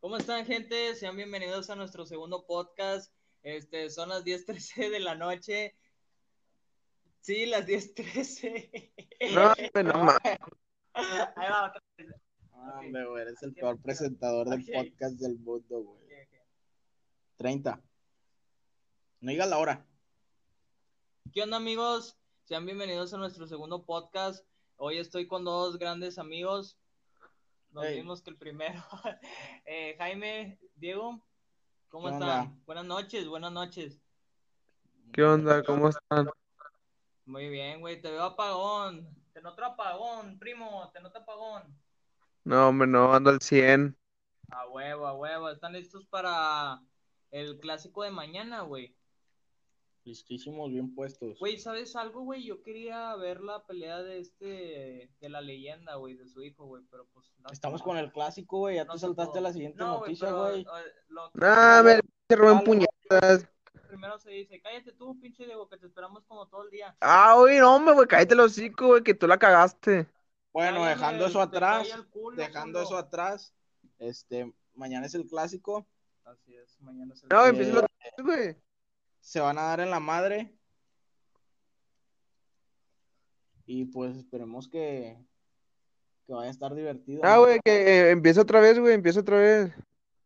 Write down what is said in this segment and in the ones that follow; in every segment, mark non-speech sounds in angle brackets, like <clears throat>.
¿Cómo están, gente? Sean bienvenidos a nuestro segundo podcast. Este, son las 10:13 de la noche. Sí, las 10:13. No, güey, no <laughs> mames. Ahí va otra vez. Ah, Ok, Hombre, güey, eres el Ok, peor ok. presentador del Ok. podcast del mundo, güey. ok, ok. 30. No digas la hora. ¿Qué onda, amigos? Sean bienvenidos a nuestro segundo podcast. Hoy estoy con dos grandes amigos. Los Hey. mismos que el primero. <laughs> Eh, Jaime, Diego, ¿cómo ¿Qué están? onda? Buenas noches, buenas noches. ¿Qué onda? ¿Cómo están? Muy bien, güey, te veo apagón. Te noto apagón, primo, te noto apagón. No, hombre, no, ando al 100. A huevo, a huevo. ¿Están listos para el clásico de mañana, güey? Listísimos, bien puestos. Güey, ¿sabes algo, güey? Yo quería ver la pelea de este, de la leyenda, güey, de su hijo, güey, pero pues... no- Estamos con el clásico, güey. Ya no te se saltaste pudo. la siguiente No, noticia, pero, güey. eh, lo que Nah, me pinche Rubén Puñetas. primero se dice, cállate tú, pinche Diego, que te esperamos como todo el día. Ah, güey, no, hombre, güey, cállate el hocico, güey, que tú la cagaste. Bueno, Cállame, dejando eso te atrás, calla el culo, dejando culo. eso atrás, este, mañana es el clásico. Así es, mañana es el... No, Eh, empieza lo güey. Se van a dar en la madre. Y pues esperemos que, que vaya a estar divertido. Ah, ¿no? güey, que eh, empieza otra vez, güey, empieza otra vez.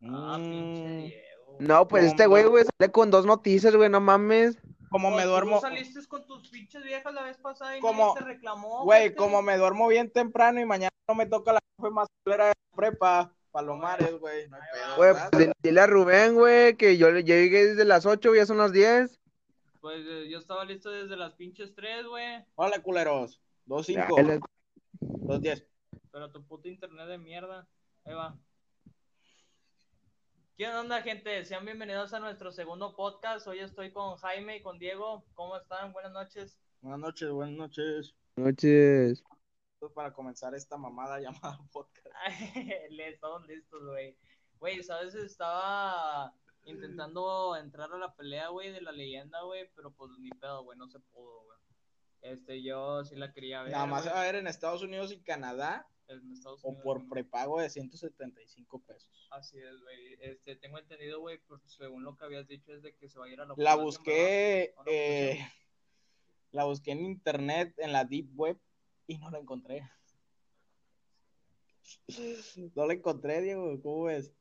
Ah, pinche Mm, Diego. No, pues No, este hombre. güey, güey, sale con dos noticias, güey, no mames. como Pues me tú duermo. saliste con tus pinches viejas la vez pasada y Como- nadie te reclamó. Güey, gente. como me duermo bien temprano y mañana no me toca la jefe más culera de la prepa, Palomares, güey. No hay pedo, Güey, ¿verdad? pues, di- dile a Rubén, güey, que yo le- yo llegué desde las 8, güey, ya son las 10. Pues eh, yo estaba listo desde las pinches tres, güey. Hola, culeros. 2.5, Ya, él- 2.10. Pero tu puto internet de mierda. Ahí va. ¿Qué onda, gente? Sean bienvenidos a nuestro segundo podcast. Hoy estoy con Jaime y con Diego. ¿Cómo están? Buenas noches. <laughs> Buenas noches, buenas noches. Noches. Esto Para comenzar esta mamada llamada podcast. Le estamos listos, güey. Güey, ¿sabes? Estaba intentando entrar a la pelea, güey, de la leyenda, güey, pero pues ni pedo, güey, no se pudo, güey. Este, yo sí la quería ver. Nada más se güey, va a ver en Estados Unidos y Canadá en Estados o Unidos, por güey. prepago de 175 pesos. Así es, güey. Este, tengo entendido, güey, por- según lo que habías dicho, es de que se va a ir a la La próxima, ¿verdad? busqué, Ahora, eh, la busqué en internet, en la deep web y no la encontré. No la encontré, Diego, ¿cómo ves?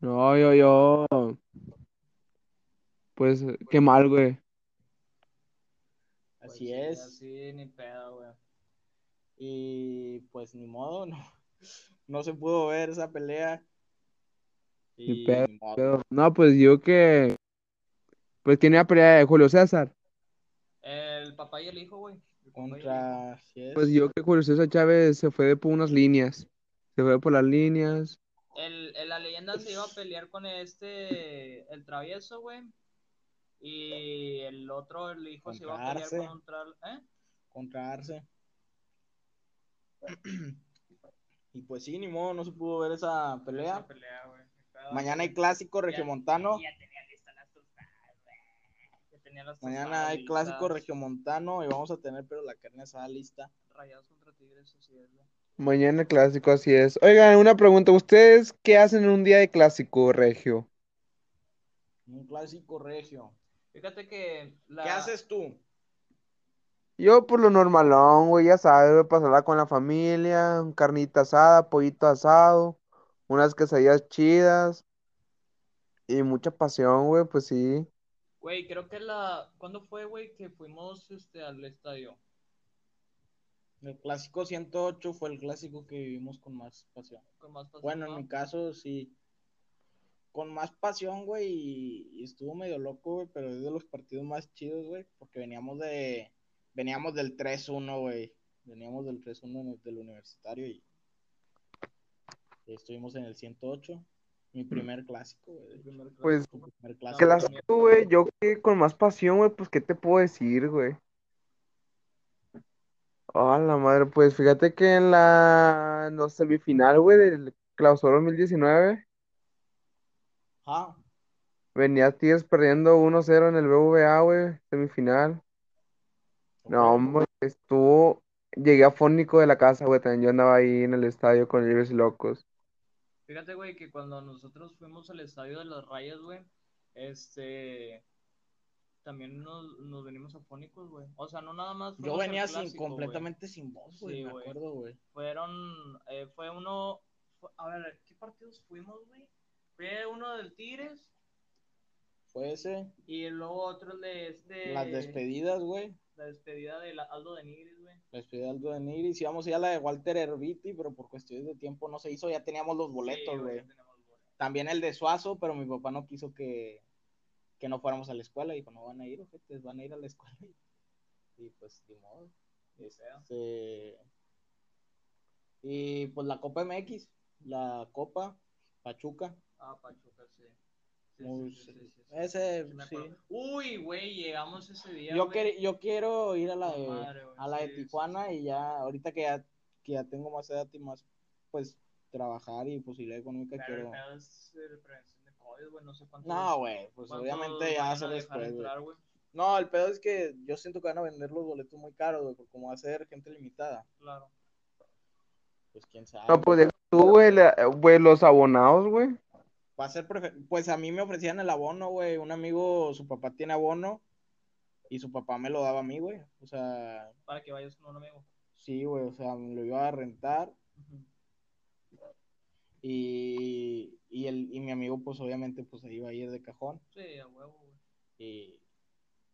No, yo, yo. Pues, qué mal, güey. Pues Así sí, es. Así, ni pedo, güey. Y pues ni modo, <laughs> no, no se pudo ver esa pelea. Ni Y pedo, ni modo. Pero, no, pues yo que. Pues tiene la pelea de Julio César. El papá y el hijo, güey. El papá y el hijo. Contra, así es. Pues yo que Julio César Chávez se fue por unas líneas. Se fue por las líneas. El, el- la leyenda se iba a pelear con este, el travieso, güey. Y el otro, el hijo, se iba a pelear Contarse. con un tra- ¿eh? Contra Arce. <clears throat> Y pues sí, ni modo, no se pudo ver esa pelea. Esa pelea, güey. Ni pedo, Mañana güey. hay clásico regiomontano. Ya, ya tenía listas las tostadas, güey. Ya tenía las Mañana tostadas hay clásico listas. regiomontano y vamos a tener, pero la carne asada lista. Rayados contra Tigres, así es, güey. Mañana clásico, así es. Oigan, una pregunta. ¿Ustedes qué hacen en un día de clásico, Regio? Un clásico regio. Fíjate que la... ¿Qué haces tú? Yo por lo normalón, güey, ya sabes, güey, pasarla con la familia, un carnita asada, pollito asado, unas quesadillas chidas y mucha pasión, güey, pues sí. Güey, creo que la... ¿Cuándo fue, güey, que fuimos este, al estadio? El clásico 108 fue el clásico que vivimos con más pasión. Con más pasión, Bueno, en ¿no? mi caso sí. Con más pasión, güey, y, y estuvo medio loco, güey, pero es de los partidos más chidos, güey, porque veníamos de veníamos del 3-1, güey. Veníamos del 3-1 en el- del universitario y, y estuvimos en el 108, mi primer clásico, güey. Pues Mm. Mi primer Ah, qué clásico. las- clásico, güey, yo que con más pasión, güey, pues qué te puedo decir, güey. Ah, la madre, pues fíjate que en la no, semifinal, güey, del clausura 2019, Ajá. venía Tigres perdiendo 1-0 en el BVA, güey, semifinal. No, ok. hombre, estuvo. Llegué afónico de la casa, güey. También yo andaba ahí en el estadio con Libres y Locos. Fíjate, güey, que cuando nosotros fuimos al estadio de las rayas, güey, este. También nos, nos venimos afónicos, güey. O sea, no nada más. Yo fuimos al venía sin, clásico, güey. completamente sin voz, güey, Sí, me güey. acuerdo, güey. Fueron. eh, fue uno. fue- a ver, ¿qué partidos fuimos, güey? Fue uno del Tigres Fue ese, y luego otro el de este. las despedidas, güey. La despedida de la- Aldo de Nigris, güey. La despedida del de Nigris, íbamos a ir a la de Walter Herbiti, pero por cuestiones de tiempo no se hizo, ya teníamos los boletos, Sí, güey. ya tenemos boletos. También el de Suazo, pero mi papá no quiso que, que no fuéramos a la escuela, dijo, no van a ir, ojetes, van a ir a la escuela. <laughs> Y pues, ni modo. Ni pedo. Este, Y pues la Copa MX, la Copa Pachuca. Ah, Pachuca, sí. Sí, muy- sí, sí, sí, sí, sí. Ese, Sí me sí. acuerdo. Uy, güey, llegamos ese día. Yo, güey. quer- yo quiero ir a la Con de, madre, güey, a la de sí, sí, Tijuana y ya, ahorita que ya, que ya tengo más edad y más, pues, trabajar y pues, posibilidad económica, Pero quiero... el pedo es eh, prevención de COVID, güey, no sé cuánto. No, güey, pues cuánto obviamente vayan ya va a a ser dejar después, güey. entrar, güey. No, el pedo es que yo siento que van a vender los boletos muy caros, güey, porque como va a ser gente limitada, Claro. pues quién sabe. No, pues deja tú, güey, la- güey, los abonados, güey. Va a ser prefe- Pues a mí me ofrecían el abono, güey. Un amigo, su papá tiene abono y su papá me lo daba a mí, güey. O sea, Para que vayas con un amigo. <laughs> sí, güey, o sea, me lo iba a rentar Ujú. y, y, el, y mi amigo, pues obviamente, pues se iba a ir de cajón Sí, a huevo, güey. y,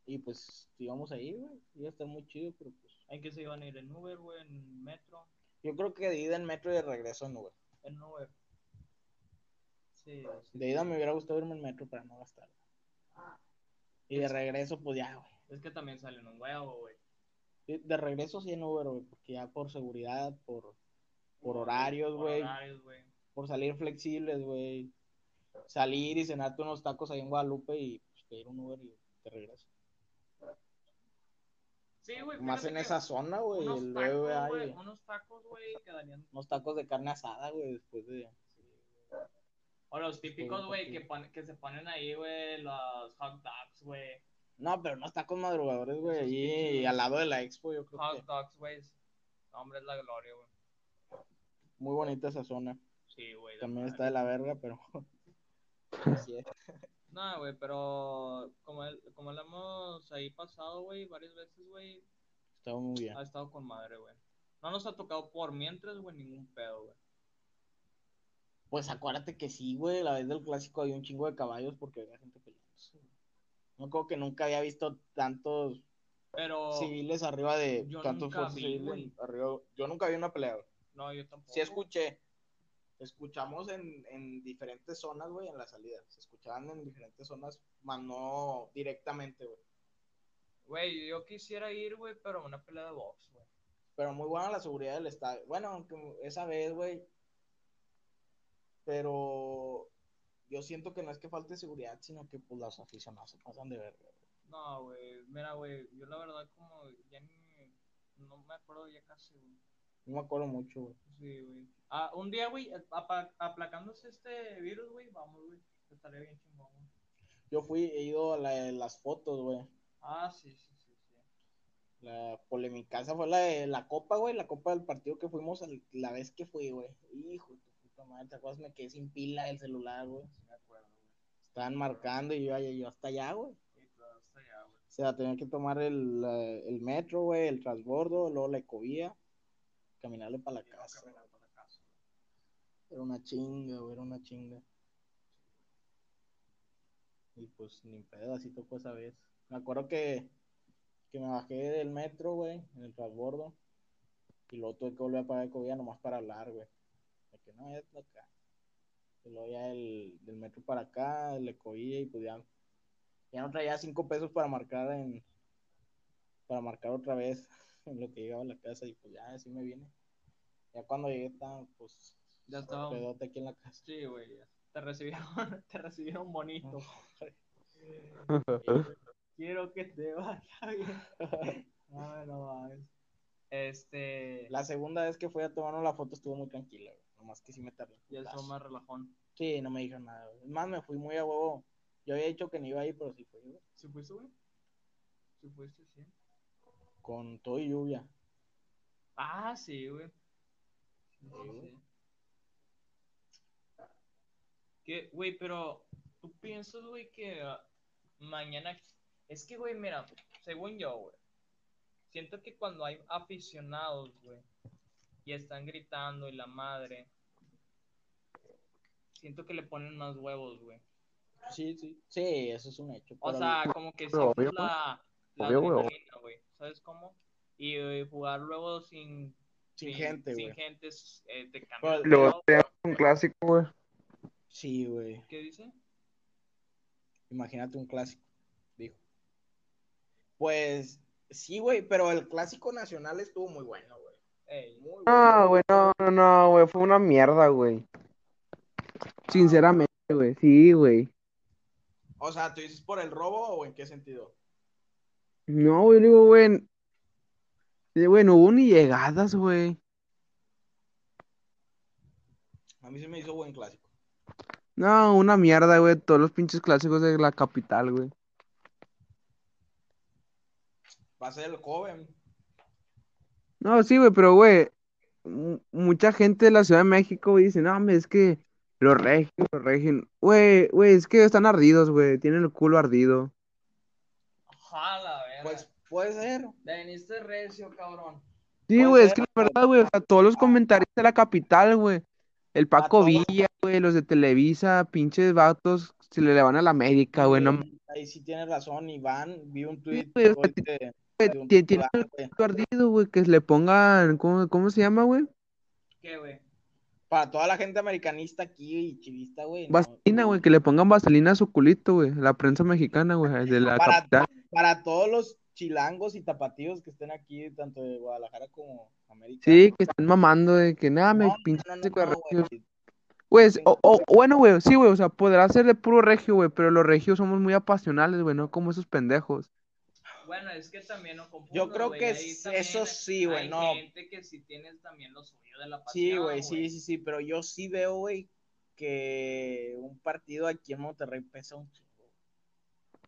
y pues íbamos a ir, güey. Iba a estar muy chido, pero pues... Hay que se iban a ir en Uber, güey, en metro, Yo creo que de ida en metro y de regreso en Uber. en Uber. Sí, sí. De ida me hubiera gustado irme en metro para no gastar. Y de regreso, pues ya, güey. Es que también salen un huevo, güey. De- De regreso sí en Uber, güey, porque ya por seguridad, por, por horarios, Por güey, horarios, güey. por salir flexibles, güey. Salir y cenarte unos tacos ahí en Guadalupe y pues, pedir un Uber y te regreso. Sí, güey. Más fíjate en que esa zona, güey, el Unos tacos, BBVA, güey. güey. Unos tacos, güey, quedarían Unos tacos de carne asada, güey, después de... O los típicos, Sí, güey, porque- que, pon- que se ponen ahí, güey, los hot dogs, güey. No, pero unos tacos madrugadores, güey, Esos allí pinches- al lado de la expo, yo creo Hot que dogs, güey. No, hombre, es la gloria, güey. muy bonita esa zona. Sí, güey. de También madre. está de la verga, pero... <laughs> así es. No, güey, pero como, el- como lo hemos ahí pasado, güey, varias veces, güey, Está muy bien. ha estado con madre, güey. No nos ha tocado por mientras, güey, ningún pedo, güey. Pues acuérdate que sí, güey, la vez del clásico había un chingo de caballos porque había gente peleándose. güey. No creo que nunca había visto tantos Pero, civiles arriba de yo tantos nunca fuerzas vi, civiles güey. arriba. Yo nunca vi una pelea. güey. no, yo tampoco. Sí escuché. Escuchamos en, en diferentes zonas, güey, en la salida. Se escuchaban en diferentes zonas, más no directamente, güey. Güey, yo quisiera ir, güey, pero a una pelea de box, güey. Pero muy buena la seguridad del estadio. Bueno, aunque esa vez, güey. Pero yo siento que no es que falte seguridad, sino que pues los aficionados se pasan de verga. No, güey, mira, güey, yo la verdad como ya ni... No me acuerdo ya casi, güey. No me acuerdo mucho, güey. Sí, güey. Ah, un día, güey, apa- aplacándose este virus, güey, vamos, güey. Estaría bien chingón, güey. Yo fui, he ido a la de las fotos, güey. Ah, sí, sí, sí, sí. La polémica fue la de la copa, güey. La copa del partido que fuimos al- la vez que fui, güey. Hijo de tu puta madre, ¿te acuerdas? Me quedé sin pila del celular, güey. Sí me acuerdo, güey. Estaban marcando y yo, allá- yo hasta allá, güey. Y todo hasta allá, güey. O sea, tenía que tomar el, eh, el metro, güey, el transbordo, luego la ecovía, caminarle para la Y luego casa. caminar para la casa. Era una chinga, güey, era una chinga. Y pues ni pedo, así tocó esa vez. Me acuerdo que, que me bajé del metro, güey, en el transbordo. Y luego tuve que volver a pagar el COVID nomás para hablar, güey. De que no, ya está acá. Y luego ya el, del metro para acá, le cogía y pues ya, ya no traía cinco pesos para marcar en, para marcar otra vez <laughs> en lo que llegaba a la casa y pues ya así me vine. Ya cuando llegué estaba pues Ya estaba- pedote aquí en la casa. Sí, güey, ya. Te recibieron, <laughs> te recibieron bonito. <laughs> <laughs> Eh, Quiero que te vaya bien. <laughs> No, no mames. Este, La segunda vez que fui a tomarnos la foto estuvo muy tranquila, güey. Nomás que sí me tardé. un ya estuvo putazo. más relajón. Sí, no me dijeron nada. güey. Es más, me fui muy a huevo. Yo había dicho que no iba a ir, pero sí fui, güey. ¿Sí fuiste, güey? este ¿Sí fuiste, sí? Con todo y lluvia. Ah, sí, güey. Sí, güey. sí. Que, güey, pero tú piensas, güey, que ah, mañana. Es que, güey, mira, según yo, güey, siento que cuando hay aficionados, güey, y están gritando y la madre, siento que le ponen más huevos, güey. Sí, sí. Sí, eso es un hecho. O pero- sea, como que Pero obvio, sientes la, la Obvio, güey. adrenalina, güey. ¿Sabes cómo? Y eh, jugar luego sin, sin gente, sin güey. Pues, gente es- eh, te cambia. Pero- el Luego pedo. te dan un clásico, güey. Sí, güey. ¿Qué dice? Imagínate un clásico, dijo. Pues sí, güey, pero el clásico nacional estuvo muy bueno, güey. Ey, Muy bueno. No, güey, no, no, no, güey. Fue una mierda, güey. Sinceramente, güey. Sí, güey. O sea, ¿tú dices por el robo o en qué sentido? No, güey, digo, güey. eh, Güey, no hubo ni llegadas, güey. A mí se me hizo buen clásico. No, una mierda, güey. Todos los pinches clásicos de la capital, güey. Va a ser el joven. No, sí, güey, pero, güey. mu- Mucha gente de la Ciudad de México, güey, dice, no, hombre, es que los regios, los regios. Güey, güey, es que están ardidos, güey. Tienen el culo ardido. Ojalá, verga. Pues puede ser. Te viniste recio, cabrón. Sí, Puede güey, es ser, que la verdad, güey, o sea, todos los comentaristas de la capital, güey. El Paco todos. Villa, güey, los de Televisa, pinches vatos, se le van a la América, güey, no Sí, Ahí sí tienes razón, Iván. Vi un tweet güey, pues, o sea, hoy ti- de, de mames, un tie- tiene Iván, güey. el ardido, güey, que le pongan, ¿cómo, cómo se llama, güey? ¿Qué, güey? Para toda la gente americanista aquí y chivista, güey. no. Vaselina, güey, que le pongan vaselina a su culito, güey, la prensa mexicana, güey, de la Para- capital. Para todos los chilangos y tapatíos que estén aquí, tanto de Guadalajara como América. Sí, que están mamando de que nada, me No, pinche no, no, clásico de no, regio. güey. Güey, es- o- o- bueno, güey, sí, güey, o sea, podrá ser de puro regio, güey, pero los regios somos muy apasionales, güey, no como esos pendejos. Bueno, es que también no confundas, Yo creo güey, que ahí es- también eso sí, güey, hay no. gente que sí tienes también lo suyo de la pasión, Sí, güey, sí, sí, sí, pero yo sí veo, güey, que un partido aquí en Monterrey pesa un chingo.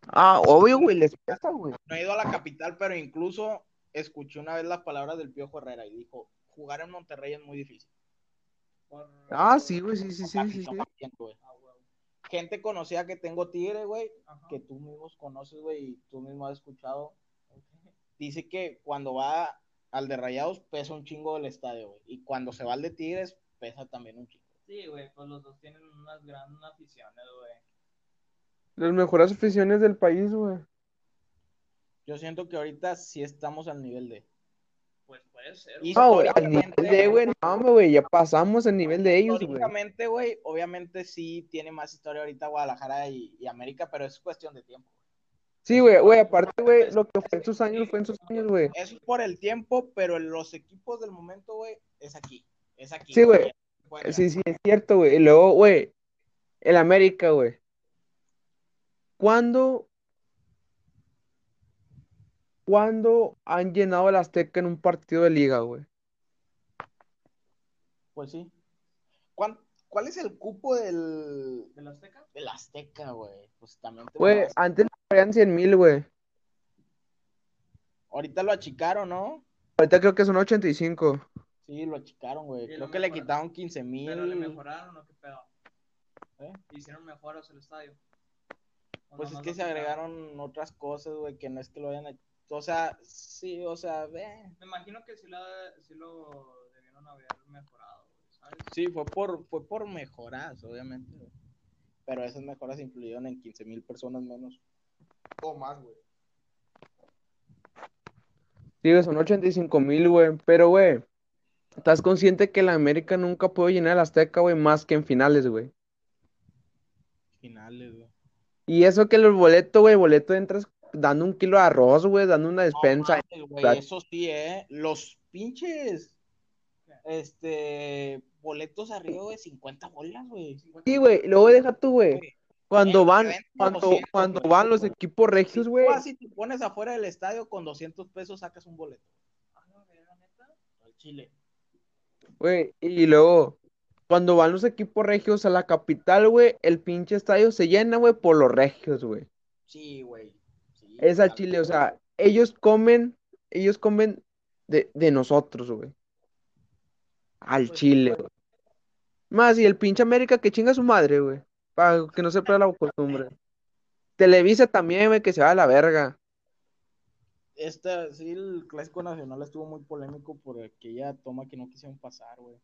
Ah, obvio, güey, les pesa, güey. No he ido a la capital, pero incluso escuché una vez las palabras del Piojo Herrera y dijo, jugar en Monterrey es muy difícil. Por- Ah, sí, güey, sí, sí, Con sí, la sí, sí. afición también, güey. Ah, güey. Gente conocida que tengo Tigre, güey, Ajá. Ah, que tú mismos conoces, güey, y tú mismo has escuchado. Dice que cuando va al de Rayados pesa un chingo el estadio, güey. Y cuando se va al de Tigres pesa también un chingo. Sí, güey, pues los dos tienen unas grandes aficiones, güey. Las mejores aficiones del país, güey. Yo siento que ahorita sí estamos al nivel de... Pues puede ser, Y- No, güey, al nivel Históricamente- de, güey, no, hombre, güey, ya pasamos el nivel de ellos, güey. Históricamente, güey, obviamente sí tiene más historia ahorita Guadalajara y, y América, pero es cuestión de tiempo. Sí, güey, güey, aparte, güey, lo que fue en sus años fue en sus años, güey. Eso es por el tiempo, pero los equipos del momento, güey, es aquí. Es aquí. Sí, güey. Sí, sí, es cierto, güey. Y luego, güey, el América, güey. ¿Cuándo? ¿Cuándo han llenado el Azteca en un partido de liga, güey? Pues sí. ¿Cuán- ¿Cuál es el cupo del, ¿De la Azteca? del Azteca, güey? Pues también te Güey, mamaste. antes le ponían 100 mil, güey. Ahorita lo achicaron, ¿no? Ahorita creo que son 85. Sí, lo achicaron, güey. Y lo Creo que le mejoraron. quitaron 15 mil. ¿Pero le mejoraron o qué pedo? ¿Eh? ¿Hicieron mejoras al estadio? ¿O Pues es nomás que lo se quitaron? agregaron otras cosas, güey, que no es que lo hayan... O sea, sí, o sea, ve. Me imagino que sí, la, sí lo debieron haber mejorado, güey, ¿sabes? Sí, fue por, fue por mejoras, obviamente. güey. Pero esas mejoras influyeron en 15 mil personas menos. O más, güey. Sí, güey, son 85 mil, güey. Pero, güey, ¿estás consciente que la América nunca pudo llenar el Azteca, güey, más que en finales, güey? Finales, güey. Y eso que los boletos, güey, boleto entras dando un kilo de arroz, güey, dando una despensa. Ay, güey, Plat- eso sí, ¿eh? Los pinches este, boletos arriba, güey, 50 bolas, güey. Sí, güey, y luego deja tú, güey. Cuando Eh, van, te venden cuando, 200, cuando güey. van los equipos Si regios, tú güey. vas y te pones afuera del estadio con 200 pesos, sacas un boleto. Ah, no, verga, ¿neta? Al Chile. Güey, y luego, cuando van los equipos regios a la capital, güey, el pinche estadio se llena, güey, por los regios, güey. Sí, güey. Sí, Es al total. Chile, o sea, ellos comen, ellos comen de, de nosotros, güey. Al Pues sí, Chile, güey. Más, y el pinche América que chinga a su madre, güey. Para que no se pierda la costumbre. Televisa también, güey, que se va a la verga. Este, sí, el clásico nacional estuvo muy polémico por aquella toma que no quisieron pasar, güey.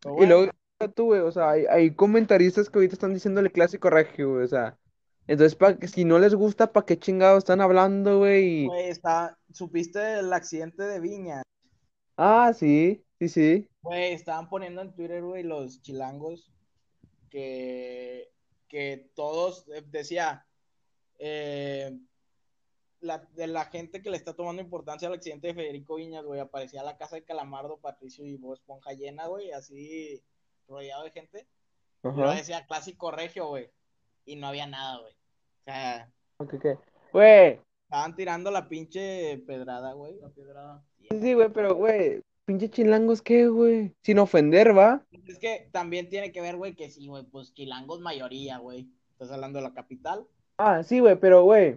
Pero Y bueno, luego, deja tú, güey, o sea, hay, hay comentaristas que ahorita están diciendo el clásico regio, güey, o sea. Entonces, pa, que- si no les gusta, ¿para qué chingados están hablando, güey? Y- güey, está, ¿supiste el accidente de Viña? Ah, sí, sí, sí. Güey, estaban poniendo en Twitter, güey, los chilangos que, que todos eh, decía eh, la, de la gente que le está tomando importancia al accidente de Federico Viñas, güey, aparecía la casa de Calamardo, Patricio y Bob Esponja llena, güey, así rodeado de gente. Y lo Ajá. decía clásico regio, güey. Y no había nada, güey. O sea, Ok, ok. Güey, estaban tirando la pinche pedrada, güey. La pedrada. sí, sí, güey, pero, güey, pinche chilangos, ¿qué, güey? Sin ofender, ¿va? Es que también tiene que ver, güey, que sí, güey, pues chilangos mayoría, güey. Estás hablando de la capital. Ah, sí, güey, pero, güey,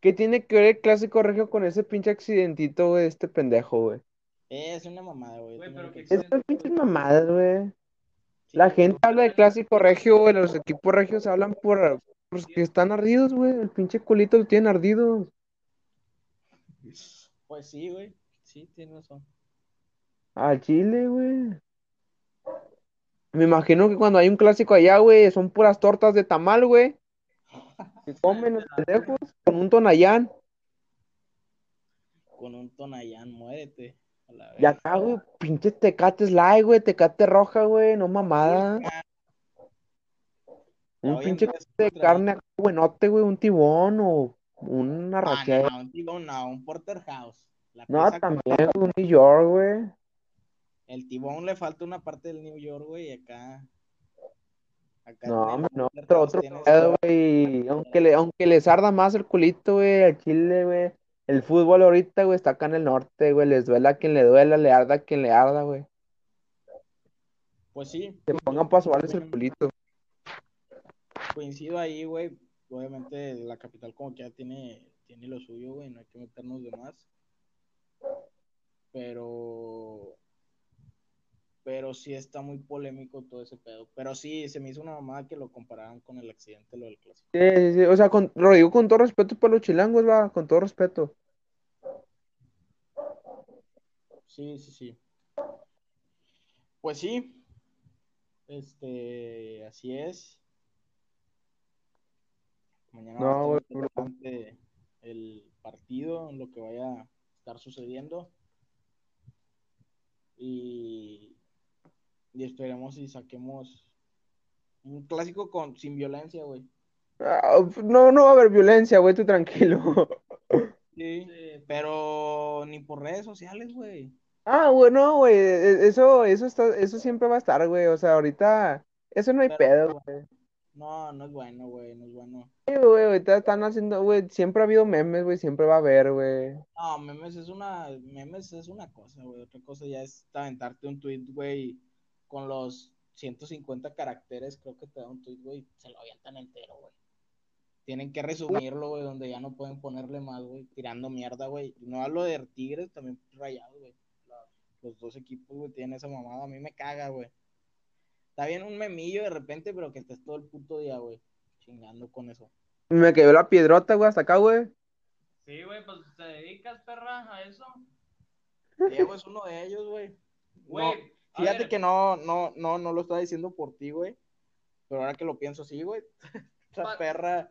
¿qué tiene que ver el clásico regio con ese pinche accidentito, güey, de este pendejo, güey? Es una mamada, güey. Güey, tiene pero qué que Es existir. una excelente, pinche güey. mamada, güey. Sí, La güey. gente habla de clásico regio, güey, los equipos regios hablan por los que están ardidos, güey. El pinche culito lo tienen ardido. Pues sí, güey. Sí, tienes razón. Al Chile, güey. Me imagino que cuando hay un clásico allá, güey, son puras tortas de tamal, güey. Que comen los pendejos con un tonallán. Con un tonallán, muérete. A la Y verga. acá, güey, pinche tecate light, güey, tecate roja, güey, no mamada. Un Hoy en pinche día es de otra. carne acá, buenote, güey, un tibón o una Ah, No, no, raqueta. no, un tibón, no, un porterhouse. La No, pieza, también, güey, un New York, güey. el tibón le falta una parte del New York, güey, y acá. Acá No, en el hombre, no, otro, porterhouse otro tienes pedo, güey. y Aunque, le, aunque les arda más el culito, güey, al Chile, güey. El fútbol ahorita, güey, está acá en el norte, güey. Les duela a quien le duela, le arda a quien le arda, güey. Pues sí, Se pongan para sobarles el coin- culito. coincido ahí, güey. Obviamente la capital como que ya tiene, tiene lo suyo, güey, no hay que meternos de más. Pero, pero sí está muy polémico todo ese pedo. Pero sí, se me hizo una mamada que lo compararan con el accidente, lo del clásico. Sí, sí, sí. O sea, con, lo digo con todo respeto para los chilangos, va, con todo respeto. Sí, sí, sí. Pues sí, este, así es. Mañana va a No, estar güey, bro. interesante el partido, lo que vaya a estar sucediendo. Y, y esperemos y saquemos un clásico con, sin violencia, güey. Ah, no, no va a haber violencia, güey, tú tranquilo. <laughs> Sí. Pero ni por redes sociales, güey. Ah, güey, no, güey. e- Eso, eso está, eso siempre va a estar, güey. O sea, ahorita, eso no hay Pero pedo, güey. no, no es bueno, güey, no es bueno. Sí, güey, ahorita están haciendo, güey, siempre ha habido memes, güey, siempre va a haber, güey. No, memes es una, memes es una cosa, güey. Otra cosa ya es aventarte un tweet, güey, con los 150 caracteres, creo que te da un tweet, güey, se lo avientan entero, güey. Tienen que resumirlo, güey, donde ya no pueden ponerle más, güey, tirando mierda, güey. No hablo de Tigres, también Rayados, güey. La- Los dos equipos, güey, tienen esa mamada. A mí me caga, güey. Está bien un memillo de repente, pero que estés todo el puto día, güey, chingando con eso. Me quedó la piedrota, güey, hasta acá, güey. Sí, güey, pues te dedicas, perra, a eso. Diego es uno de ellos, güey. No, Güey, a fíjate ver, que no, no, no, no lo estaba diciendo por ti, güey. Pero ahora que lo pienso, sí, güey. <laughs> Esta pa- perra,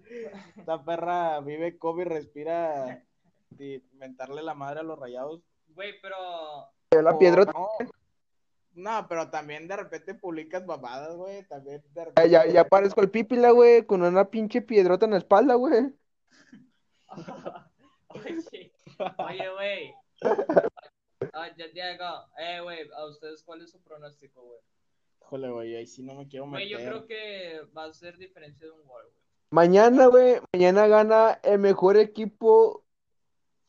esta perra vive, come y respira y mentarle la madre a los rayados. güey, <laughs> pero <laughs> Me quedó la O piedrota. no, no, pero también de repente publicas babadas, güey. También de Ya, repente. ya, ya parezco el pípila, güey, con una pinche piedrota en la espalda, güey. Oye, oye, güey. Ah, ya Diego. Eh, güey, ¿a ustedes cuál es su pronóstico, güey? Híjole, güey, ahí sí no me quiero Güey, yo meter. creo que va a ser diferencia de un gol, güey. Mañana, güey, mañana gana el mejor equipo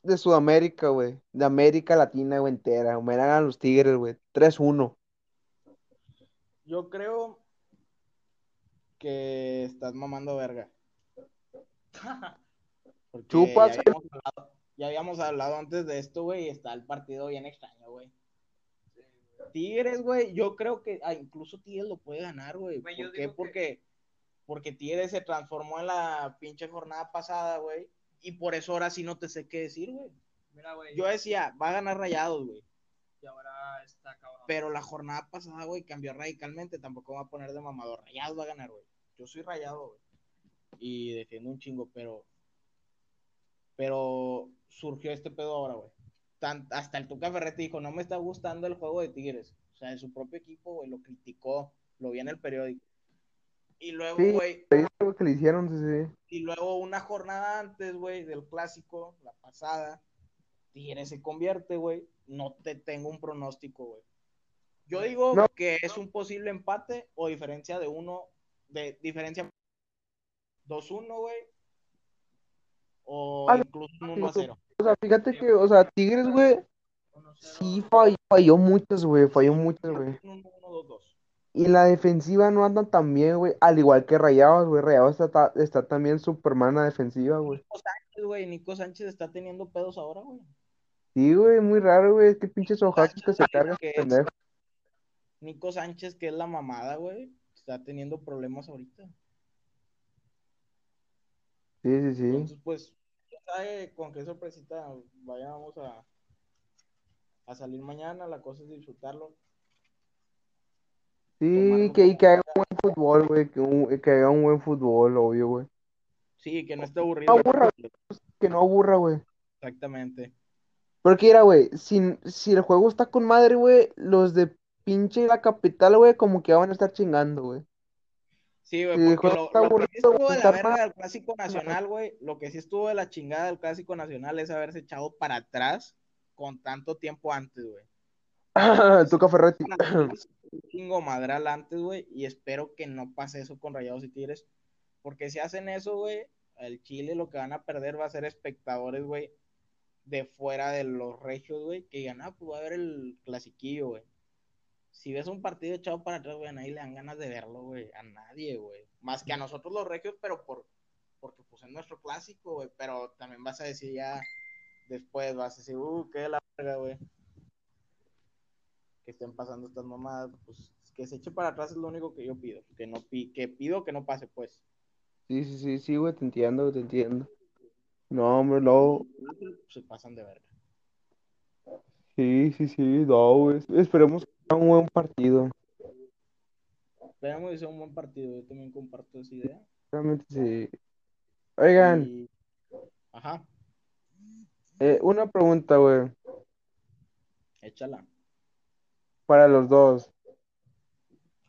de Sudamérica, güey. De América Latina, güey, entera. Mañana ganan los Tigres, güey. 3-1. Yo creo que estás mamando verga. Porque ya Chupas. habíamos hablado, ya habíamos hablado antes de esto, güey, y está el partido bien extraño, güey. Sí, güey. Tigres, güey, yo creo que ah, incluso Tigres lo puede ganar, güey. Güey, ¿Por yo qué? digo que- Porque, porque Tigres se transformó en la pinche jornada pasada, güey. Y por eso ahora sí no te sé qué decir, güey. Mira, güey. Yo decía, va a ganar rayados, güey. Y ahora está cabrón. Pero la jornada pasada, güey, cambió radicalmente. Tampoco me voy a poner de mamador. Rayados va a ganar, güey. Yo soy rayado, güey. Y defiendo un chingo, pero. Pero surgió este pedo ahora, güey. Tan- hasta el Tuca Ferretti dijo: No me está gustando el juego de Tigres. O sea, de su propio equipo, güey, lo criticó. Lo vi en el periódico. Y luego, Sí. güey, Te digo que le hicieron, sí, sí. y luego una jornada antes, güey, del clásico, la pasada, Tigres se convierte, güey. No te tengo un pronóstico, güey. Yo digo No. que es un posible empate o diferencia de uno, de diferencia 2-1, güey. O Ah, incluso un 1-0. O sea, fíjate que, o sea, Tigres, güey, Uno cero. sí falló, falló muchas, güey, falló muchas, güey. 1-1-2-2. Y la defensiva no anda tan bien, güey, al igual que Rayados, güey. Rayados está, ta- está también Superman la defensiva, güey. Pues, Güey, Nico Sánchez está teniendo pedos ahora, güey. Sí, güey, muy raro, güey, es que pinches ojazos que se cargan, que- pendejo. Nico Sánchez, que es la mamada, güey, está teniendo problemas ahorita. Sí, sí, sí. Entonces, pues, quién sabe con qué sorpresita vayamos a, a salir mañana. La cosa es disfrutarlo. Sí, que, y que haya un buen fútbol, güey, que, un- que haya un buen fútbol, obvio, güey. Sí, que no esté aburrido. No aburra. Que no aburra, güey. Exactamente. Porque mira, güey, si, si el juego está con madre, güey, los de pinche la capital, güey, como que van a estar chingando, güey. Sí, güey, Sí, porque juego lo, está lo que sí aburrido, estuvo de la está verga mal. del Clásico Nacional, güey, lo que sí estuvo de la chingada del Clásico Nacional es haberse echado para atrás con tanto tiempo antes, güey. Tuca Ferretti. Un chingo madral antes, güey, y espero que no pase eso con Rayados y Tigres, porque si hacen eso, güey, el Chile lo que van a perder va a ser espectadores, güey, de fuera de los regios, güey, que digan, ah, pues va a ver el clasiquillo, güey. Si ves un partido echado para atrás, güey, a nadie le dan ganas de verlo, güey, a nadie, güey. Más que a nosotros los regios, pero por, porque pues es nuestro clásico, güey, pero también vas a decir ya después, vas a decir, uh, qué de la verga, güey que estén pasando estas mamadas, pues que se eche para atrás es lo único que yo pido, que no pi- que pido que no pase, pues. <clears throat> Sí, sí, sí, sí, güey, te entiendo, güey, te entiendo. No, hombre, no. Se pasan de verga. Sí, sí, sí, no, güey. Esperemos que sea un buen partido. Esperemos que sea un buen partido, yo también comparto esa idea. Realmente sí. Oigan, Y- Ajá, eh, una pregunta, güey, échala. para los dos,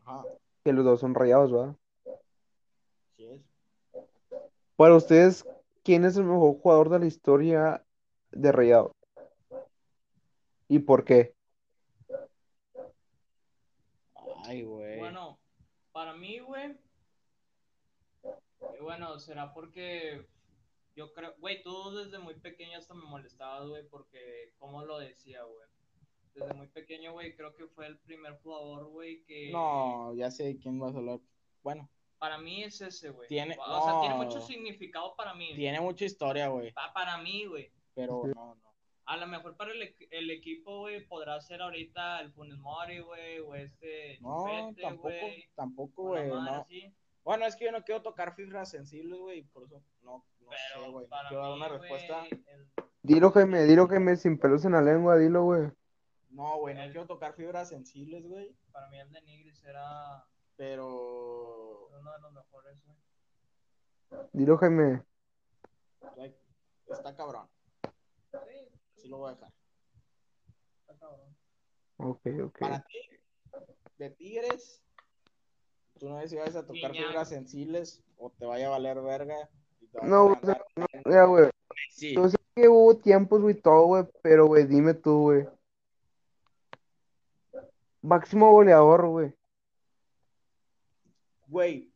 Ajá, que los dos son rayados, ¿verdad? así es. Para ustedes, ¿quién es el mejor jugador de la historia de Rayados? ¿Y por qué? Ay, güey. Bueno, para mí, güey. eh, Bueno, será porque yo creo, güey, tú desde muy pequeño hasta me molestabas, güey, porque, ¿cómo lo decía, güey? Desde muy pequeño, güey, creo que fue el primer jugador, güey, que... No, ya sé de quién vas a hablar. Bueno, Para mí es ese, güey. Tiene- o sea, tiene no. mucho significado para mí. tiene mucha historia, güey, Pa- Para mí, güey. pero no, no. A lo mejor para el, equ- el equipo, güey, podrá ser ahorita el Funes Mori, güey, o este No, Chupete, tampoco, güey. tampoco, una güey, madre no. así. Bueno, es que yo no quiero tocar fibras sensibles, güey, y por eso no, no Pero sé, güey. para Quiero dar mí, una güey, respuesta. el- Dilo, Jaime, dilo, Jaime, sin pelos en la lengua, dilo, güey. No, güey, no El- quiero tocar fibras sensibles, güey. para mí el de Nigris era pero uno de los mejores, güey. Dilo, Jaime. like, está cabrón. Sí, Así lo voy a dejar. está cabrón. Ok, ok. Para ti, de Tigres, tú no decías vas a tocar Guiñac. fibras sensibles o te vaya a valer verga. y te vas No, a güey, mandar. Mira, güey, Sí, yo sé que hubo tiempos, güey, todo, güey, pero, güey, dime tú, güey. Máximo goleador, güey. güey.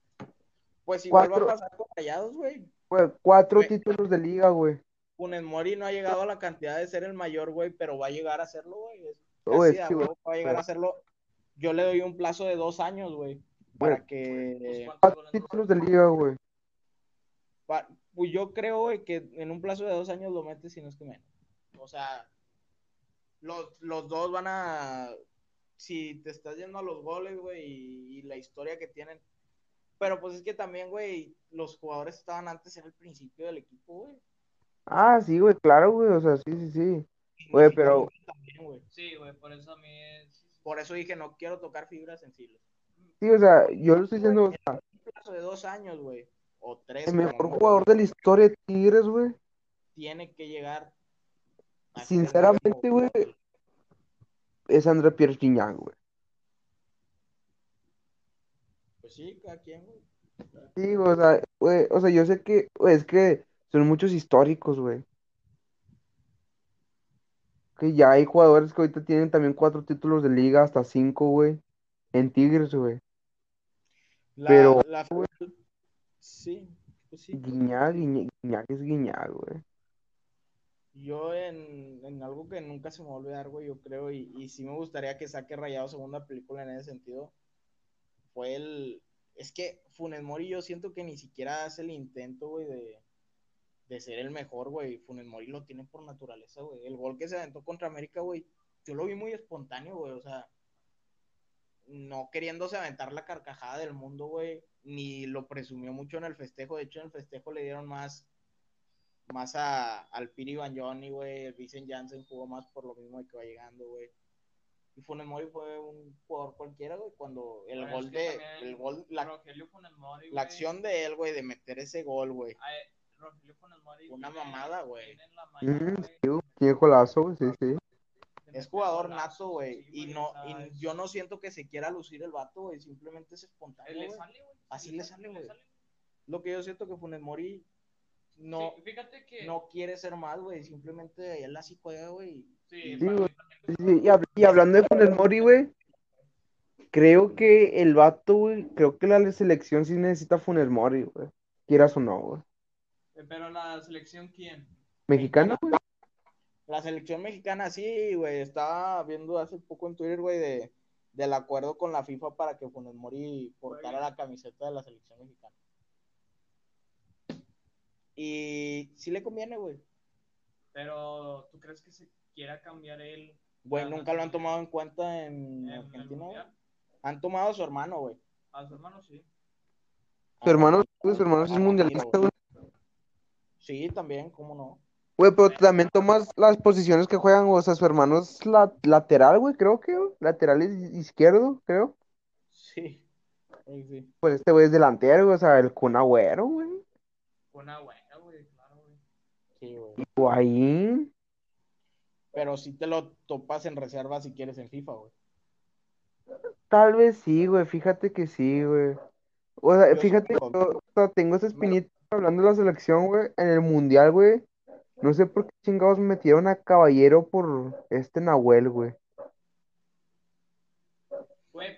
Pues igual Cuatro. va a pasar con Rayados, güey. Güey, cuatro Güey. títulos de liga, güey. Funes Mori no ha llegado a la cantidad de ser el mayor, güey, pero va a llegar a serlo, güey. Es Güey, casi de sí, güey. huevo que va a llegar a serlo. Yo le doy un plazo de dos años, güey, para Pues, que ¿cuántos Cuatro goles nos- títulos de liga, güey. Pa- Pues yo creo, güey, que en un plazo de dos años lo metes si no es que menos. O sea, los, los dos van a si te estás yendo a los goles, güey, y, y la historia que tienen. Pero pues es que también, güey, los jugadores estaban antes en el principio del equipo, güey. Ah, sí, güey, claro, güey, o sea, sí, sí, sí. Güey, pero- También, güey. Sí, güey, por eso a mí es... Por eso dije, no quiero tocar fibras sensibles. Sí, o sea, yo lo estoy diciendo, o sea, Un plazo de dos años, güey, o tres. el como mejor mucho, jugador de la historia de Tigres, güey. Tiene que llegar. a ser Sinceramente, nuevo. güey. Es André Pierre Gignac, güey. Pues sí, cada quien, güey. Sí, güey, o sea, güey, o sea, yo sé que, güey, es que son muchos históricos, güey. Que ya hay jugadores que ahorita tienen también cuatro títulos de liga, hasta cinco, güey. En Tigres, güey. La- Pero- la- Sí, pues sí. Guiñac, Guiñac, Guiñac es Guiñac, güey. Yo en, en algo que nunca se me va a olvidar, güey, yo creo, y, y sí me gustaría que saque Rayado segunda película en ese sentido, fue el... Es que Funes Mori yo siento que ni siquiera hace el intento, güey, de, de ser el mejor, güey. Funes Mori lo tiene por naturaleza, güey. El gol que se aventó contra América, güey, yo lo vi muy espontáneo, güey, o sea, no queriéndose aventar la carcajada del mundo, güey, ni lo presumió mucho en el festejo. De hecho, en el festejo le dieron más más a, al Piri Bagnoni, güey. El Vincent Janssen jugó más por lo mismo de que va llegando, güey. Y Funes Mori fue un jugador cualquiera, güey. Cuando el Pero es gol que de. también El gol, la, Rogelio Funes Mori, la güey. Ah, acción de él, güey, de meter ese gol, güey. Ay, Rogelio Funes Mori. Una tiene- mamada, güey. tiene la maña, güey, Mm, sí, güey. Tiene golazo, güey, sí, sí. de Es meter jugador golazos, nato, güey. sí, Y no, o sea, y es- yo no siento que se quiera lucir el vato, güey. Simplemente es eh, espontáneo. le güey. sale, güey, Así le sale, güey. sale. Lo que yo siento que Funes Mori no, Sí, fíjate que. no quiere ser más, güey. Simplemente él así juega, güey. Sí, Sí, para güey. mí también Sí, sí, Y, hab- y hablando de Funes Mori, güey, creo que el vato, güey, creo que la selección sí necesita Funes Mori, güey. Quieras o no, güey. Eh, Pero la selección, ¿quién? Mexicano, güey. La selección mexicana, sí, güey. Estaba viendo hace poco en Twitter, güey, de, del acuerdo con la FIFA para que Funes Mori portara la camiseta de la selección mexicana. Y sí le conviene, güey. Pero, ¿tú crees que se quiera cambiar él Güey, Ah, nunca lo han tomado en cuenta en, en el Argentina, güey. Mundial? Han tomado a su hermano, güey. A su hermano, sí. Su hermano, güey, su A hermano sí es Ramiro, mundialista, güey. Sí, también, cómo no. <laughs> Güey, pero también tomas las posiciones que juegan, güey. O sea, su hermano es la- lateral, güey, creo que, güey. Lateral i- izquierdo, creo. Sí. Sí, sí. Pues este güey es delantero, güey. O sea, el Kun Agüero, güey. Con Agüero, güey, claro, güey. Sí, güey. Higuaín. Pero sí te lo topas en reserva si quieres en FIFA, güey. Tal vez sí, güey, fíjate que sí, güey. O sea, Yo fíjate, siento- yo, o sea, tengo esa espinita hablando de la selección, güey, en el mundial, güey. No sé por qué chingados metieron a Caballero por este Nahuel, güey. Güey,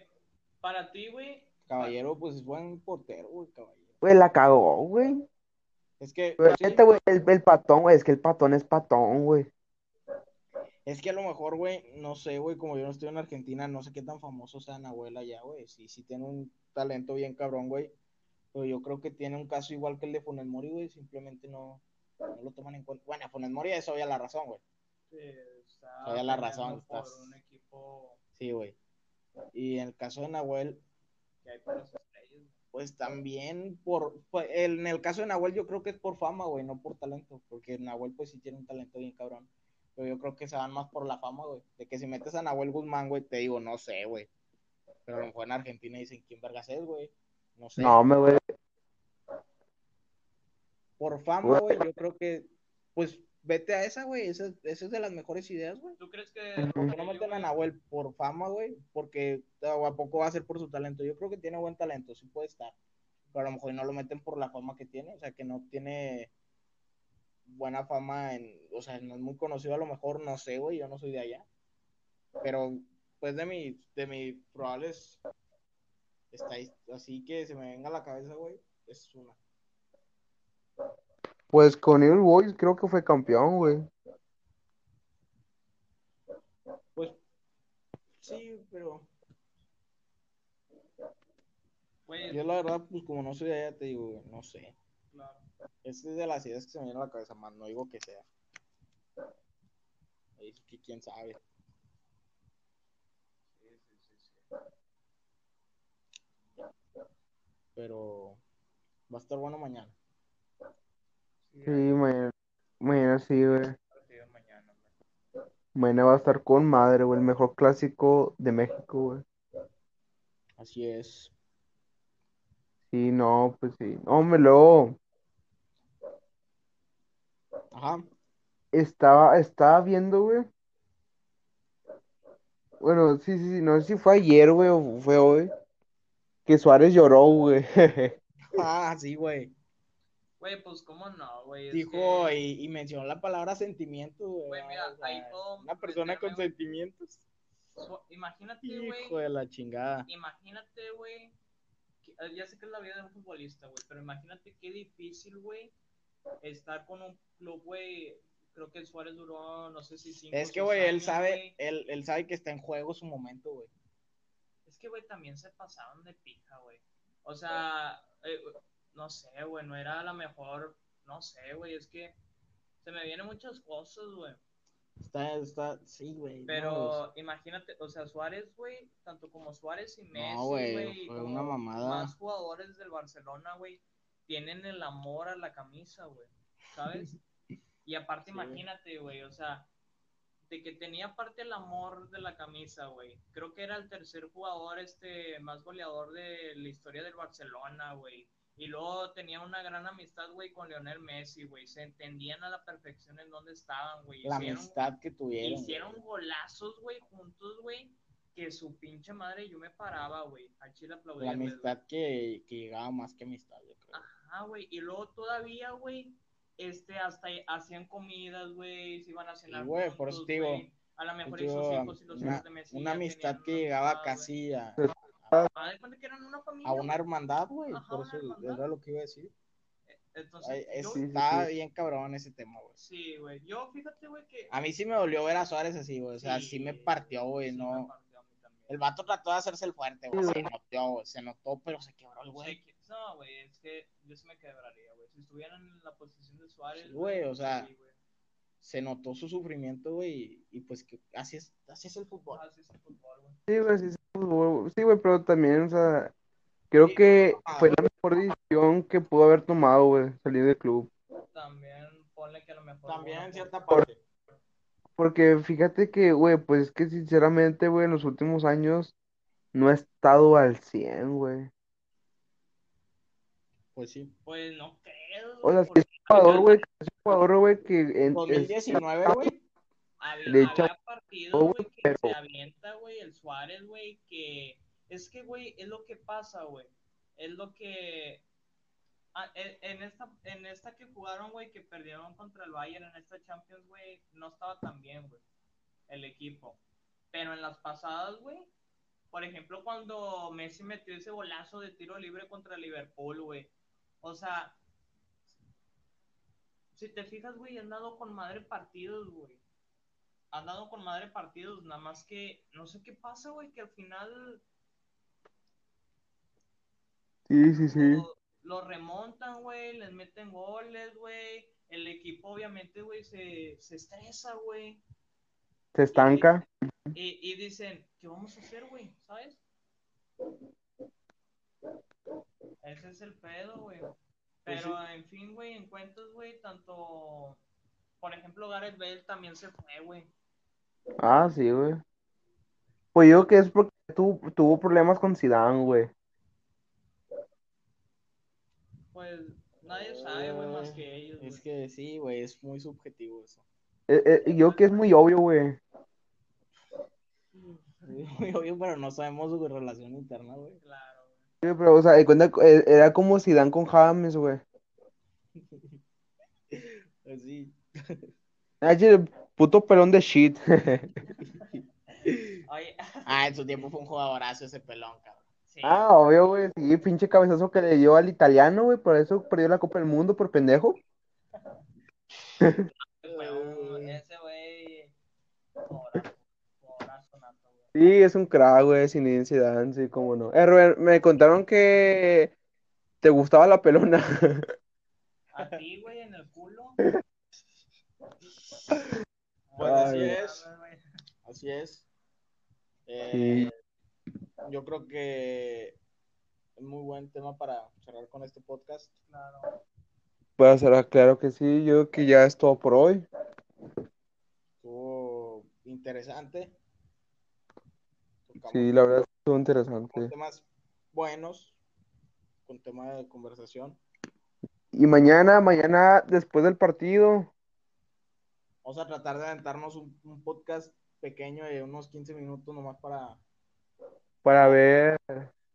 para ti, güey. Caballero, pues es buen portero, güey, caballero. Güey, la cagó, güey. Es que, Güey, sí, neta, güey, el, el patón, güey, es que el patón es patón, güey. es que a lo mejor, güey, no sé, güey, como yo no estoy en Argentina, no sé qué tan famoso sea Nahuel allá, güey. Sí, sí tiene un talento bien cabrón, güey. Pero yo creo que tiene un caso igual que el de Funes Mori, güey. Simplemente no, no lo toman en cuenta. Bueno, a Funes Mori es obvia la razón, güey. eh, está Te da la razón, peleando Por estás- un equipo Sí, güey. Y en el caso de Nahuel, que hay para las estrellas. pues también por... pues, el- en el caso de Nahuel yo creo que es por fama, güey, no por talento. Porque Nahuel pues sí tiene un talento bien cabrón. Pero yo creo que se van más por la fama, güey. De que si metes a Nahuel Guzmán, güey, te digo, no sé, güey. Pero a lo mejor en Argentina dicen, ¿quién vergas es, güey? No sé. No, me, güey. Por fama, güey, yo creo que... Pues vete a esa, güey. Esa, esa es de las mejores ideas, güey. ¿Tú crees que.? Ujú. ¿Por qué no meten a Nahuel por fama, güey? Porque o a poco va a ser por su talento. Yo creo que tiene buen talento, sí puede estar. Pero a lo mejor no lo meten por la fama que tiene. O sea, que no tiene buena fama en... O sea, no es muy conocido a lo mejor, no sé, güey. Yo no soy de allá. Pero pues de mi, de mis probables... Estáis así que se me venga a la cabeza, güey. Es una. Pues con el Boys creo que fue campeón, güey. Pues sí, pero Güey, yo la verdad, pues como no soy de allá, te digo, güey, no sé. claro. Esa es de las ideas que se me viene a la cabeza, más no digo que sea. Es que quién sabe. Sí, sí. Pero va a estar bueno mañana. Sí, Mm. mañana. Mañana sí, güey. partido mañana, güey. Mañana va a estar con madre, güey. El mejor clásico de México, güey. Así es. Sí, no, pues sí. Hombre, luego Ajá. <laughs> estaba, estaba viendo, güey. Bueno, sí, sí, sí. No sé si fue ayer, güey, o fue hoy. Que Suárez lloró, güey. <laughs> Ah, sí, güey. Güey, pues cómo no, güey. Es Dijo que, y, y mencionó la palabra sentimientos, güey. Güey, mira, O sea, ahí puedo Una persona con meterme, sentimientos. su- Imagínate, güey. Hijo de la chingada. Imagínate, güey. que- eh, Ya sé que es la vida de un futbolista, güey. Pero imagínate qué difícil, güey. Estar con un club, güey. Creo que Suárez duró, no sé si cinco. Es que, seis güey, él pues años, sabe, güey. él, él sabe que está en juego su momento, güey. Es que, güey, también se pasaron de pija, güey. O sea, eh, no sé, güey, no era la mejor. No sé, güey, es que se me vienen muchas cosas, güey. Está, está, sí, güey. pues, Pero imagínate, o sea, Suárez, güey, tanto como Suárez y Messi, No, güey, güey, fue como una mamada. más jugadores del Barcelona, güey, tienen el amor a la camisa, güey, ¿sabes? Y aparte, <laughs> Sí, güey. imagínate, güey, o sea, de que tenía aparte el amor de la camisa, güey. Creo que era el tercer jugador este más goleador de la historia del Barcelona, güey. Y luego tenía una gran amistad, güey, con Lionel Messi, güey. Se entendían a la perfección en dónde estaban, güey. la Hicieron- amistad que tuvieron. Hicieron golazos, güey, juntos, güey, que su pinche madre yo me paraba, güey, al chile güey. La aplaudirles, güey. amistad que, que llegaba más que amistad, yo creo. Ajá, Ah, güey, y luego todavía, güey, este, hasta hacían comidas, güey, se iban a cenar Sí, güey, por eso juntos, te digo, güey. A lo mejor y Yo, sus hijos y los um, una, hijos de Messi una ya amistad tenían que una llegaba amistad, güey. casi a, Ah, de cuenta que eran una familia, a una güey. hermandad, güey. Ajá, Por una eso hermandad. era lo que iba a decir. E, Entonces, Ay, es- yo, sí. está bien cabrón ese tema, güey. sí, güey, yo fíjate, güey, que... A mí sí me dolió ver a Suárez así, güey. Ah, O sea, sí, Sí, me partió, güey. sí me no. partió a mí también. El vato trató de hacerse el fuerte, güey. Se notó, güey. Se notó, pero se quebró el güey. Sí, que- No, güey, es que yo se me quebraría, güey. Si estuvieran en la posición de Suárez. Sí, güey, o sea, sí, güey. Se notó su sufrimiento, güey. Y, y pues que así es, así es el fútbol. Así es el fútbol, güey. Sí, güey, sí, es fútbol. Sí, güey, pero también, o sea, creo Sí, que ah. fue la mejor decisión que pudo haber tomado, güey, salir del club. También ponle que a lo mejor. También uno- en cierta parte. Porque fíjate que, güey, pues es que sinceramente, güey, en los últimos años no ha estado al 100, güey. Pues sí. Pues no creo. O sea, güey, sí porque es un jugador, güey, que es un jugador, güey, que en, es- 2019, güey. hab- le echa- había partidos, güey, güey, que se pero- avienta, güey, el Suárez, güey, que. Es que, güey, es lo que pasa, güey. Es lo que. Ah, en en esta, en esta que jugaron, güey, que perdieron contra el Bayern en esta Champions, güey, no estaba tan bien, güey, el equipo. Pero en las pasadas, güey, por ejemplo, cuando Messi metió ese golazo de tiro libre contra Liverpool, güey. O sea, si te fijas, güey, han dado con madre partidos, güey. Han dado con madre partidos, nada más que no sé qué pasa, güey, que al final Sí, sí, sí. lo, lo remontan, güey, les meten goles, güey. El equipo, obviamente, güey, se, se estresa, güey. Se estanca. Y, y dicen, ¿qué vamos a hacer, güey? ¿Sabes? Ese es el pedo, güey. Pero, en fin, güey, en cuentos, güey, tanto... Por ejemplo, Gareth Bale también se fue, güey. Ah, sí, güey. Pues yo digo que es porque tu- tuvo problemas con Zidane, güey. Pues nadie sabe, güey, más Ah, que ellos, Es güey. que sí, güey. Es muy subjetivo eso. <laughs> Eh, eh, yo digo que es muy obvio, güey. Muy obvio, pero no sabemos su relación interna, güey. Claro, güey. Sí, Pero, o sea, de cuenta, eh, era como Zidane con James, güey. Pues sí. Ah, sí, el puto pelón de shit. Oye, <laughs> Ah, en su tiempo fue un jugadorazo ese pelón, cabrón. sí, Ah, obvio, güey. Sí, pinche cabezazo que le dio al italiano, güey. Por eso perdió la Copa del Mundo, por pendejo. fue un- ese güey... Corazón, corazonazo, güey. Sí, es un crack, güey. Sin Zidane, sí, cómo no. Eh, Robert, me contaron que te gustaba la pelona. <laughs> A ti, güey, en el culo. Pues Ah, así güey, es. güey. Así es. Eh, Yo creo que es muy buen tema para cerrar con este podcast. Claro. Para cerrar, ah, claro que sí, yo creo que ya es todo por hoy. Estuvo interesante. Tocamos Sí, la verdad estuvo con interesante. temas buenos, con tema de conversación. Y mañana, mañana después del partido, Vamos a tratar de aventarnos un, un podcast pequeño de unos 15 minutos nomás para para ver,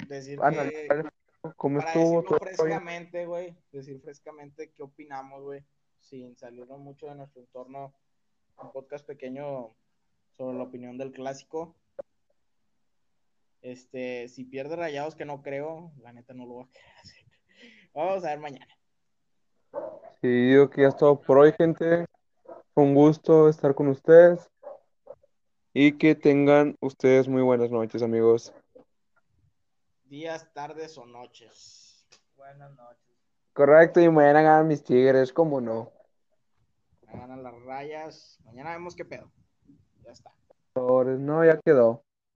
decir Ah, que, analizar cómo para estuvo decirlo todo. el rollo. frescamente, güey, decir frescamente qué opinamos, güey, sin salirnos mucho de nuestro entorno, un podcast pequeño sobre la opinión del clásico. Este, si pierde Rayados, que no creo, la neta no lo voy a querer hacer. <laughs> Vamos a ver mañana. Sí, yo creo que ya es todo por hoy, gente. Fue un gusto estar con ustedes. Y que tengan ustedes muy buenas noches, amigos. Días, tardes o noches. Buenas noches. Correcto, y mañana ganan mis tigres, cómo no. Ganan las rayas. Mañana vemos qué pedo. Ya está. Sobres, No, ya quedó.